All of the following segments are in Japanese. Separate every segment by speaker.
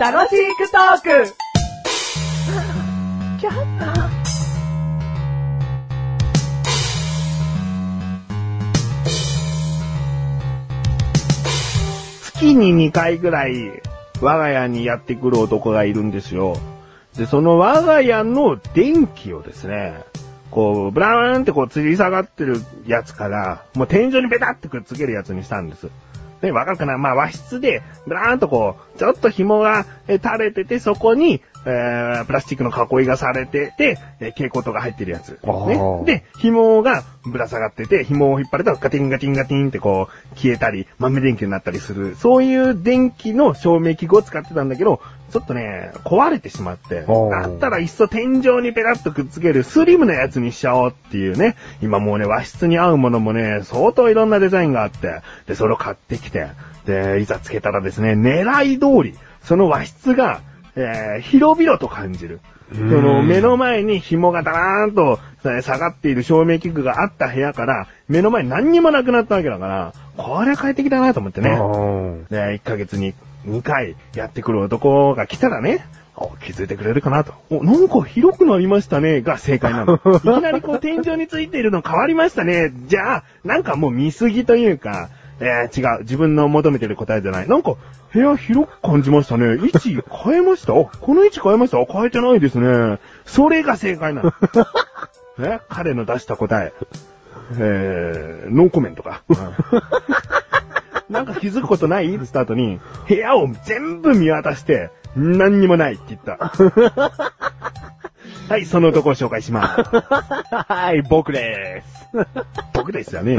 Speaker 1: 楽しくトーク
Speaker 2: 月に2回ぐらい、我が家にやってくる男がいるんですよ。で、その我が家の電気をですね、こう、ブラーンってこう、吊り下がってるやつから、もう天井にベタってくっつけるやつにしたんです。で、わかるかなまあ和室で、ブラーンとこう、ちょっと紐がえ垂れてて、そこに、えー、プラスチックの囲いがされてて、えー、蛍光灯が入ってるやつ。
Speaker 3: あ
Speaker 2: ね
Speaker 3: ー、
Speaker 2: で、紐がぶら下がってて、紐を引っ張るとガティンガティンガティンってこう、消えたり、豆電球になったりする。そういう電気の照明器具を使ってたんだけど、ちょっとね、壊れてしまって、
Speaker 3: おー
Speaker 2: だったらいっそ天井にペタッとくっつけるスリムなやつにしちゃおうっていうね。今もうね、和室に合うものもね、相当いろんなデザインがあって、で、それを買ってきて、で、いざつけたらですね、狙い通り、その和室が、えー、広々と感じる。そ
Speaker 3: ん
Speaker 2: の目の前に紐がダラーンとえー下がっている照明器具があった部屋から、目の前に何にもなくなったわけだから、これは快適だなと思ってね。
Speaker 3: ね。
Speaker 2: で、1ヶ月に2回やってくる男が来たらね、お気づいてくれるかなと。お、なんか広くなりましたね、が正解なの。いきなりこう天井についているの変わりましたね。じゃあ、なんかもう見過ぎというか、えー、違う。自分の求めてる答えじゃない。なんか、部屋広く感じましたね。位置変えましたあこの位置変えましたあ変えてないですね。それが正解なの。え彼の出した答え。えー、ノーコメントか。なんか気づくことないって言った後に、部屋を全部見渡して、何にもないって言 った。はい、その男を紹介します。
Speaker 3: はい、僕です。
Speaker 2: 僕ですよね。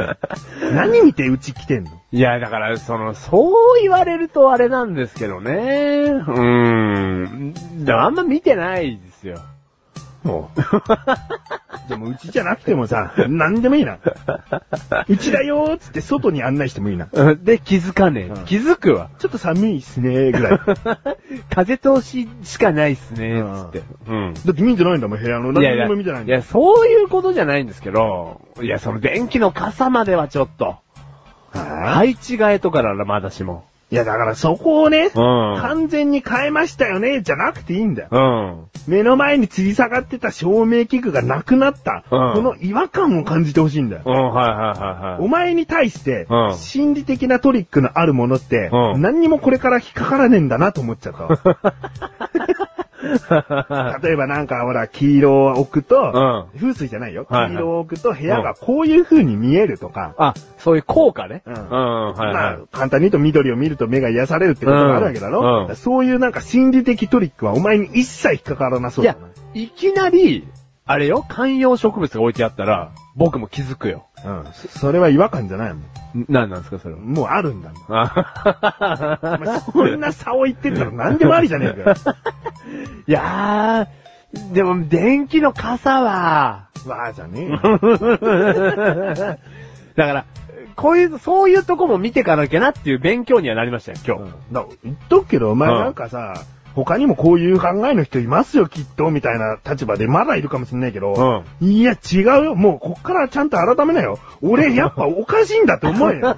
Speaker 2: 何見てうち来てんの
Speaker 3: いや、だから、その、そう言われるとあれなんですけどね。うーん。でもあんま見てないですよ。
Speaker 2: もう。でもうちじゃなくてもさ、何でもいいな。うちだよーっつって外に案内してもいいな。
Speaker 3: うん で、気づかねえ。
Speaker 2: うん
Speaker 3: 気づくわ。
Speaker 2: ちょっと寒いっすねーぐらい。だ
Speaker 3: 風通ししかないっすね、
Speaker 2: うん
Speaker 3: つって。うん。
Speaker 2: って見てないんだもん、部屋の。
Speaker 3: いやい
Speaker 2: 何
Speaker 3: や、
Speaker 2: にも見てないん
Speaker 3: い
Speaker 2: だ。
Speaker 3: や、そういうことじゃないんですけど、いや、その電気の傘まではちょっと、
Speaker 2: は
Speaker 3: 配置替えとかならまだしも。
Speaker 2: いいや、だからそこをね、
Speaker 3: ん。
Speaker 2: 完全に変えましたよね、じゃなくていいんだよ。
Speaker 3: うん。
Speaker 2: 目の前に吊り下がってた照明器具がなくなった。
Speaker 3: うん
Speaker 2: この違和感を感じてほしいんだよ。
Speaker 3: うん、はいはいはいは
Speaker 2: お
Speaker 3: い。
Speaker 2: 前に対して
Speaker 3: う、ん
Speaker 2: 心理的なトリックのあるものって、
Speaker 3: うん
Speaker 2: 何にもこれから引っかからねえんだなと思っちゃったわ。例えばなんかほら、黄色を置くと、風水じゃないよ。
Speaker 3: はいはい
Speaker 2: 黄色を置くと部屋がこういう風に見えるとか、
Speaker 3: あ、そういう効果ね。
Speaker 2: う
Speaker 3: うんん、はい
Speaker 2: ま
Speaker 3: はい
Speaker 2: あ。、簡単に言うと緑を見ると目が癒されるってことがあるわけだろ、
Speaker 3: うんうん
Speaker 2: だからそういうなんか心理的トリックはお前に一切引っかからなそう
Speaker 3: い
Speaker 2: だ
Speaker 3: や
Speaker 2: な。、
Speaker 3: いきなり、あれよ、観葉植物が置いてあったら、僕も気づくよ。
Speaker 2: うん。そそれは違和感じゃないもん。
Speaker 3: んなんなんですか、それは。
Speaker 2: もうあるんだもん。
Speaker 3: あはは
Speaker 2: お前そんな差を言ってったら何でもありじゃねえ かよ。
Speaker 3: いやー、でも、電気の傘 は、
Speaker 2: わあじゃねえよ。
Speaker 3: だから、こういう、そういうとこも見てかなきゃなっていう勉強にはなりましたよ、今
Speaker 2: うん
Speaker 3: 日。
Speaker 2: だから言っとくけど、お前
Speaker 3: うん
Speaker 2: なんかさ、他にもこういう考えの人いますよ、きっと、みたいな立場で、まだいるかもしんないけど、いや、違うよ、もう、こっからちゃんと改めなよ。俺、やっぱおかしいんだと思う よ。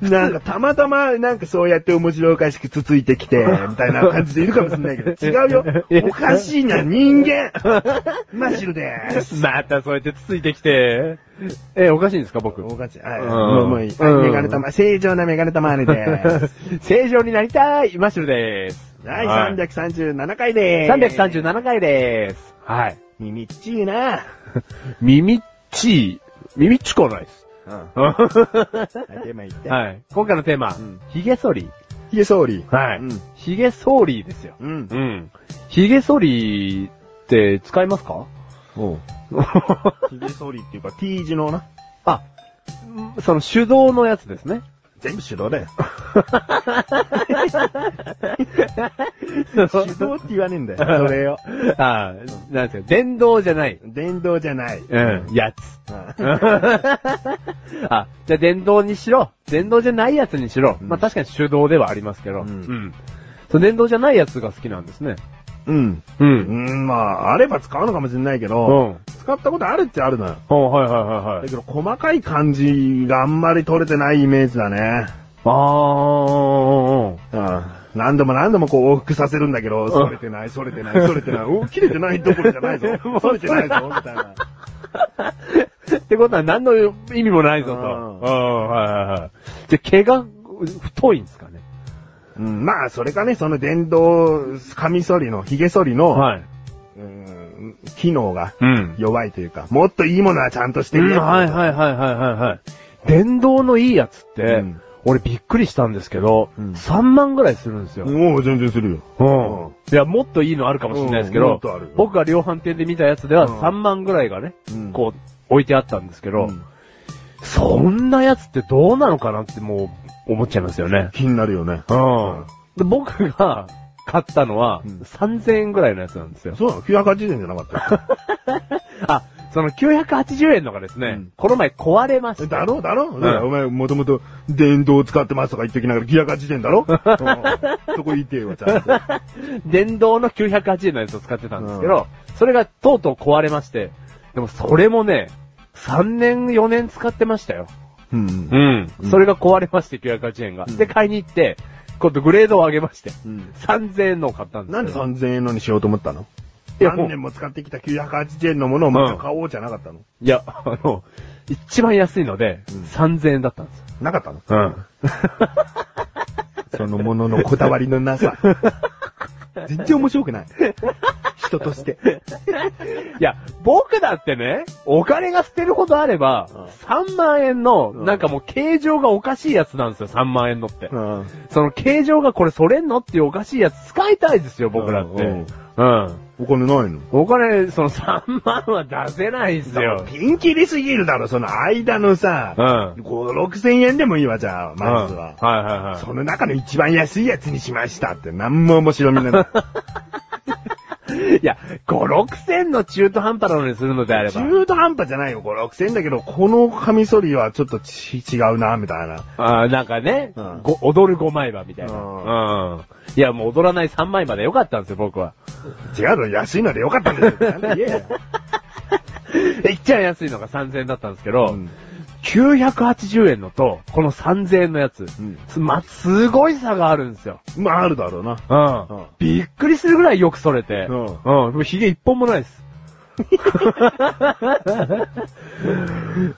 Speaker 2: なんか、たまたま、なんかそうやって面白おかしくつついてきて、みたいな感じでいるかもしんないけど、違うよ
Speaker 3: いや、
Speaker 2: おか しいな、人 間マシルです。
Speaker 3: またそうやってつついてきて。え、おかしいんですか、僕。
Speaker 2: おかしい。はい
Speaker 3: うん
Speaker 2: もう、もういい。
Speaker 3: うん
Speaker 2: メガネたま、正常なメガネたまあれ です。
Speaker 3: 正常になりたい、マシュルです。
Speaker 2: はい、337回でーす。337。
Speaker 3: 337回です。はい。
Speaker 2: 耳っちいな。
Speaker 3: 耳っちい。耳っちこない です。
Speaker 2: うん。テーマ言って。い。
Speaker 3: はい。今回のテーマ、
Speaker 2: ん
Speaker 3: ヒゲ剃り。
Speaker 2: ヒゲ総理。
Speaker 3: は
Speaker 2: うん
Speaker 3: ヒゲ剃りですよ。
Speaker 2: うん。
Speaker 3: ん。ヒゲ剃りって使います か
Speaker 2: おう。ヒゲ総理っていうか T 字のな。
Speaker 3: あ、その手動のやつです ね。
Speaker 2: 全部手動だよ。手動って言わねえんだ よ。それを。
Speaker 3: あーなんですか、電動じゃない。
Speaker 2: 電動じゃない。
Speaker 3: うん、やつ。
Speaker 2: うん。
Speaker 3: あ、じゃあ電動にしろ、電動じゃないやつにしろ、
Speaker 2: うん
Speaker 3: まあ確かに手動ではありますけど、
Speaker 2: うん
Speaker 3: そう電動じゃないやつが好きなんですね。
Speaker 2: うん。う
Speaker 3: う。
Speaker 2: んん、まあ、あれば使うのかもしれないけ
Speaker 3: う
Speaker 2: ど、
Speaker 3: ん。
Speaker 2: 使ったことあるっちゃあるのよ。
Speaker 3: うん、はいはいはいは
Speaker 2: だ
Speaker 3: い。
Speaker 2: けど、細かい感じがあんまり取れてないイメージだね。
Speaker 3: あ
Speaker 2: う
Speaker 3: ー、
Speaker 2: ん。何度も何度もこう往復させるんだけど、それてない、それてない、それて ない、お切れてないどころじゃないぞ
Speaker 3: もう、
Speaker 2: それてないぞ、みたいな。
Speaker 3: ってことは何の意味もないぞと。う、
Speaker 2: うんん
Speaker 3: はいはいはい。じゃあ、毛が太いんですかね。
Speaker 2: うん、まあ、それかね、その電動、カミソリの、ヒゲソリの、
Speaker 3: はい。
Speaker 2: うん、機能が
Speaker 3: うん。
Speaker 2: 弱いというか、もっといいものはちゃんとして
Speaker 3: う
Speaker 2: る
Speaker 3: ん、
Speaker 2: やつ
Speaker 3: はいはいはいはいはいはい。電動のいいやつって、
Speaker 2: うん
Speaker 3: 俺びっくりしたんですけど、
Speaker 2: うん
Speaker 3: 3万ぐらいするんですよ。
Speaker 2: もう全然するよ。
Speaker 3: うん。
Speaker 2: うん
Speaker 3: いや、もっといいのあるかもしれないですけ
Speaker 2: うんも
Speaker 3: ど
Speaker 2: っ、とある
Speaker 3: 僕が量販店で見たやつでは
Speaker 2: うん
Speaker 3: 3万ぐらいがね、
Speaker 2: うん
Speaker 3: こう置いてあったんですけど、
Speaker 2: うん
Speaker 3: そんなやつってどうなのかなってもう思っちゃいますよね。
Speaker 2: 気になるよね。
Speaker 3: うん。で僕が買ったのは
Speaker 2: うん
Speaker 3: 3000円ぐらいのやつなんですよ。
Speaker 2: そうなの ?980 円じゃなかった。
Speaker 3: あ、その980円のがですね、
Speaker 2: うん
Speaker 3: この前壊れ ました。
Speaker 2: だろうだろう、
Speaker 3: ん
Speaker 2: だからお前もともと電動を使ってますとか言ってきながら980円だ ろ、うんそこ言ってよ、ちゃんと。
Speaker 3: 電動の980円のやつを使ってたんですけど、それがとうとう壊れまして、でもそれもね、3年4年使ってましたよ。
Speaker 2: うん。
Speaker 3: ん
Speaker 2: うん
Speaker 3: それが壊れまして、980円が。
Speaker 2: うん
Speaker 3: で、買いに行って、今度グレードを上げまして、
Speaker 2: うん
Speaker 3: 3000円のを買ったんです
Speaker 2: なんで
Speaker 3: そ
Speaker 2: 3000円のにしようと思ったの
Speaker 3: いや
Speaker 2: 何年も使ってきた980円のものをまた買おうじゃなかったの、
Speaker 3: いや、あの、一番安いので、
Speaker 2: うん
Speaker 3: 3000円だったんですよ。
Speaker 2: なかったの
Speaker 3: うん。
Speaker 2: そのもののこだわりのな さ。全然面白くない。人として。
Speaker 3: いや、僕だってね、お金が捨てるほどあれば、
Speaker 2: うん
Speaker 3: 3万円の、
Speaker 2: うん
Speaker 3: なんかもう形状がおかしいやつなんですよ、3万円のって。
Speaker 2: うん。
Speaker 3: その形状がこれそれんのっていうおかしいやつ使いたいですよ、僕らって。
Speaker 2: う
Speaker 3: うん
Speaker 2: ん。お金ないの
Speaker 3: お金、その3万は出せないですよ。
Speaker 2: ピンキリすぎるだろ、その間のさ、
Speaker 3: う
Speaker 2: 5、
Speaker 3: ん。
Speaker 2: 6000円でもいいわ、じゃあ、まずは
Speaker 3: うん。はいはいはい。
Speaker 2: その中の一番安いやつにしましたって、なんも面白み ない。
Speaker 3: いや、5、6千の中途半端なのにするのであれば。
Speaker 2: 中途半端じゃないよ、5、6000だけど、このカミソリはちょっとち違うな、みたいな。
Speaker 3: あーなんかね、
Speaker 2: うん
Speaker 3: ご踊る5枚場みたいな。
Speaker 2: う
Speaker 3: うん。いや、もう踊らない3枚場でよかったんですよ、僕は。
Speaker 2: 違うの、安いのでよかったんですよ。ちゃんと言えよ。
Speaker 3: で、一番安いのが3000円だったんですけど、
Speaker 2: うん
Speaker 3: 980円のと、この3000円のやつ、
Speaker 2: ん
Speaker 3: すま、すごい差があるんですよ。
Speaker 2: まあ、あるだろうな。
Speaker 3: うん。
Speaker 2: うん
Speaker 3: びっくりするぐらいよくそれて。
Speaker 2: うん
Speaker 3: うん。でもヒゲ一本もないです。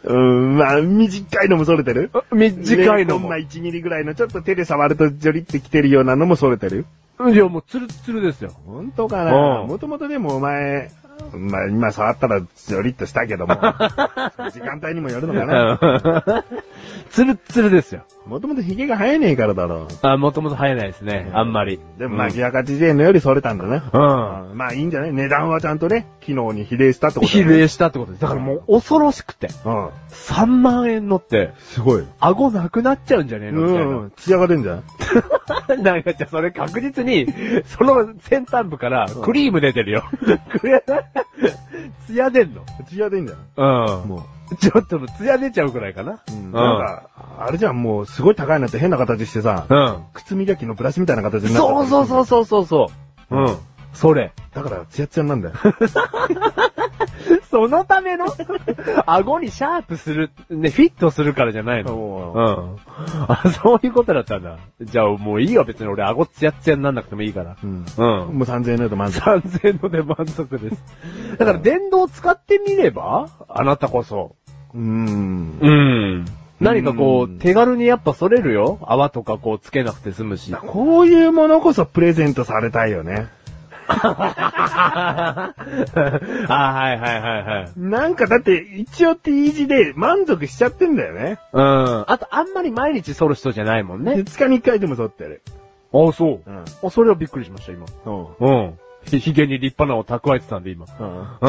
Speaker 2: うん、まあ、短いのもそれてる
Speaker 3: 短いの
Speaker 2: レンコン
Speaker 3: も
Speaker 2: まあ。1ミリぐらいの、ちょっと手で触るとジョリってきてるようなのもそれてる
Speaker 3: いや、もうツルツルですよ。
Speaker 2: 本当かな
Speaker 3: うん
Speaker 2: もともとでもお前、まあ今触ったらジョリっとしたけども、時間帯にもよるのかな
Speaker 3: ツルツルですよ。
Speaker 2: もともと髭が生えねえからだろ
Speaker 3: あ、もともと生えないですね。あんまり。
Speaker 2: う。でもまあ
Speaker 3: うん
Speaker 2: 980円のよりそれたんだね。
Speaker 3: うん。
Speaker 2: まあいいんじゃない値段はちゃんとね、機能に比例したってこと
Speaker 3: 比
Speaker 2: だね。
Speaker 3: 例したってことです。だからもう恐ろしくて。
Speaker 2: うん。
Speaker 3: 3万円のって、
Speaker 2: すごい。
Speaker 3: 顎なくなっちゃうんじゃねえのみたいな
Speaker 2: うん。艶が出んじゃん。
Speaker 3: なんかじゃあそれ確実に、 その先端部から
Speaker 2: うん
Speaker 3: クリーム出てるよ。 クリーム艶出んの
Speaker 2: 艶出んじゃん。
Speaker 3: う
Speaker 2: も
Speaker 3: ん。ちょっとの艶出ちゃうくらいかな。
Speaker 2: う。うん。
Speaker 3: ん
Speaker 2: なんか、あれじゃん、もうすごい高いなって変な形してさ、
Speaker 3: うん。
Speaker 2: 靴磨きのブラシみたいな形になっちゃ。
Speaker 3: そうそうそううそうそうそう。うん。それ。
Speaker 2: だから、ツヤツヤになんだ よ。
Speaker 3: そのための 顎にシャープする、ね、フィットするからじゃないの。う。
Speaker 2: うん
Speaker 3: あ、そういうことだったんだ。じゃあもういいよ、別に俺顎ツヤツヤになんなくてもいいから。
Speaker 2: ん。
Speaker 3: うん。
Speaker 2: もう3000円だと満足。
Speaker 3: 3000ので満足です。だから電動使ってみればあなたこそ。
Speaker 2: うーん。
Speaker 3: うん。何かこ
Speaker 2: うん
Speaker 3: う、手軽にやっぱそれるよ。泡とかこうつけなくて済む し。
Speaker 2: こういうものこそプレゼントされたいよね。
Speaker 3: あ、はいはいはいはい。
Speaker 2: なんかだって、一応 T 字で満足しちゃってんだよね。
Speaker 3: うん。あとあんまり毎日剃る人じゃないもんね。
Speaker 2: 2日に1回でも剃ってる。
Speaker 3: あ、そ
Speaker 2: う
Speaker 3: う。
Speaker 2: ん。
Speaker 3: あ、それはびっくりしました、今。
Speaker 2: うん。
Speaker 3: うん。ひ、ひげに立派なのを蓄えてたんで、今。
Speaker 2: うん。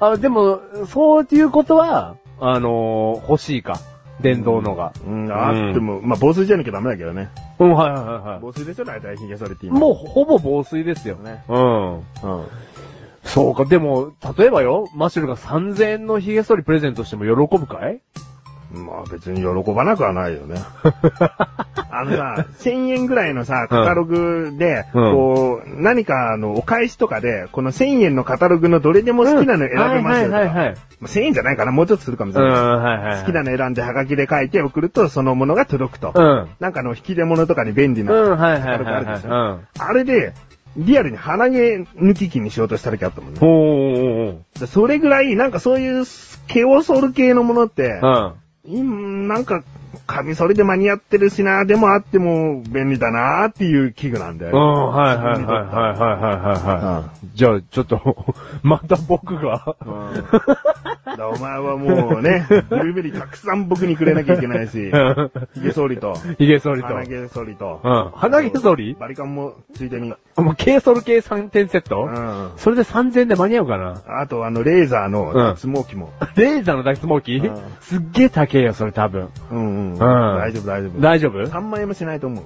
Speaker 3: あ、でも、そういうことは、あのー欲しいか。電動のが。
Speaker 2: うん、あっても、まあ、防水じゃなきゃダメだけどね。
Speaker 3: うん、はいはいはいは
Speaker 2: 防水でしょ、大体、髭剃りって
Speaker 3: い。
Speaker 2: 今。
Speaker 3: もう、ほぼ防水ですよね
Speaker 2: ね。
Speaker 3: うん。
Speaker 2: うん。
Speaker 3: そうか、でも、例えばよ、マシュルが3000円のヒゲ剃りプレゼントしても喜ぶかい
Speaker 2: まあ別に喜ばなくはないよ ね。あのさ、1000円ぐらいのさ、カタログで、
Speaker 3: うん
Speaker 2: こう、何かあのお返しとかで、この1000円のカタログのどれでも好きなの選べますよとか。
Speaker 3: はいはいはいはい
Speaker 2: まあ1000円じゃないかな、もうちょっとするかもし
Speaker 3: う
Speaker 2: れ
Speaker 3: ん、
Speaker 2: ない。
Speaker 3: はいはい。
Speaker 2: 好きなの選んでハガキで書いて送ると、そのものが届くと。
Speaker 3: うん。
Speaker 2: なんかあの引き出物とかに便利な。
Speaker 3: うん、はいはい
Speaker 2: カタ
Speaker 3: はい
Speaker 2: ログあるでしょ
Speaker 3: はい。
Speaker 2: あれで、リアルに鼻毛抜き機にしようとした時あったもんね
Speaker 3: うん。。おーおーお
Speaker 2: でそれぐらい、なんかそういう毛を剃る系のものって、
Speaker 3: ー。
Speaker 2: 今、なんか、カミソリで間に合ってるしな、でもあっても便利だなっていう器具なんだ
Speaker 3: うん。う
Speaker 2: よ。。
Speaker 3: ん、はいはいはいはいはいはいはい。じゃあ、ちょっと、 また僕が
Speaker 2: だからお前はもうね、ブルーベリーたくさん僕にくれなきゃいけないし、ヒゲ剃りと、
Speaker 3: ヒゲ剃りと。
Speaker 2: 鼻毛剃りと、
Speaker 3: うん。鼻毛剃り
Speaker 2: バリカンもついてみ。
Speaker 3: もう、軽剃る系3点セット
Speaker 2: うん
Speaker 3: それで3000円で間に合うかな
Speaker 2: あと、あの、レーザーの
Speaker 3: うん
Speaker 2: スモーキも。
Speaker 3: レーザーの脱毛器
Speaker 2: うん
Speaker 3: すっげえ高えよ、それ多分。
Speaker 2: うんうん。
Speaker 3: ん
Speaker 2: 大丈夫、大丈夫。
Speaker 3: 大丈夫
Speaker 2: 3万円もしないと思う。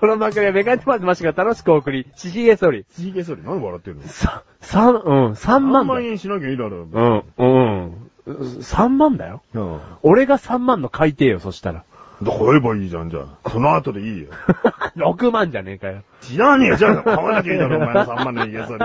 Speaker 3: この番組はメガネとマジマシが楽しくお送り、シヒゲ剃り。
Speaker 2: ヒゲ剃り、何笑ってるの
Speaker 3: さ、三、うん、3
Speaker 2: ?3
Speaker 3: 万だ
Speaker 2: 万円しなきゃいいだろ。
Speaker 3: うん、うん。3万だよ。
Speaker 2: うん。
Speaker 3: 俺が3万の買いてえよ、そしたら。
Speaker 2: 買えばいいじゃん、じゃあ。その後でいいよ。
Speaker 3: 6万じゃねえかよ。
Speaker 2: 知らねえよ、じゃあ買わなきゃいいだろ、お前の3万のヒゲ剃り。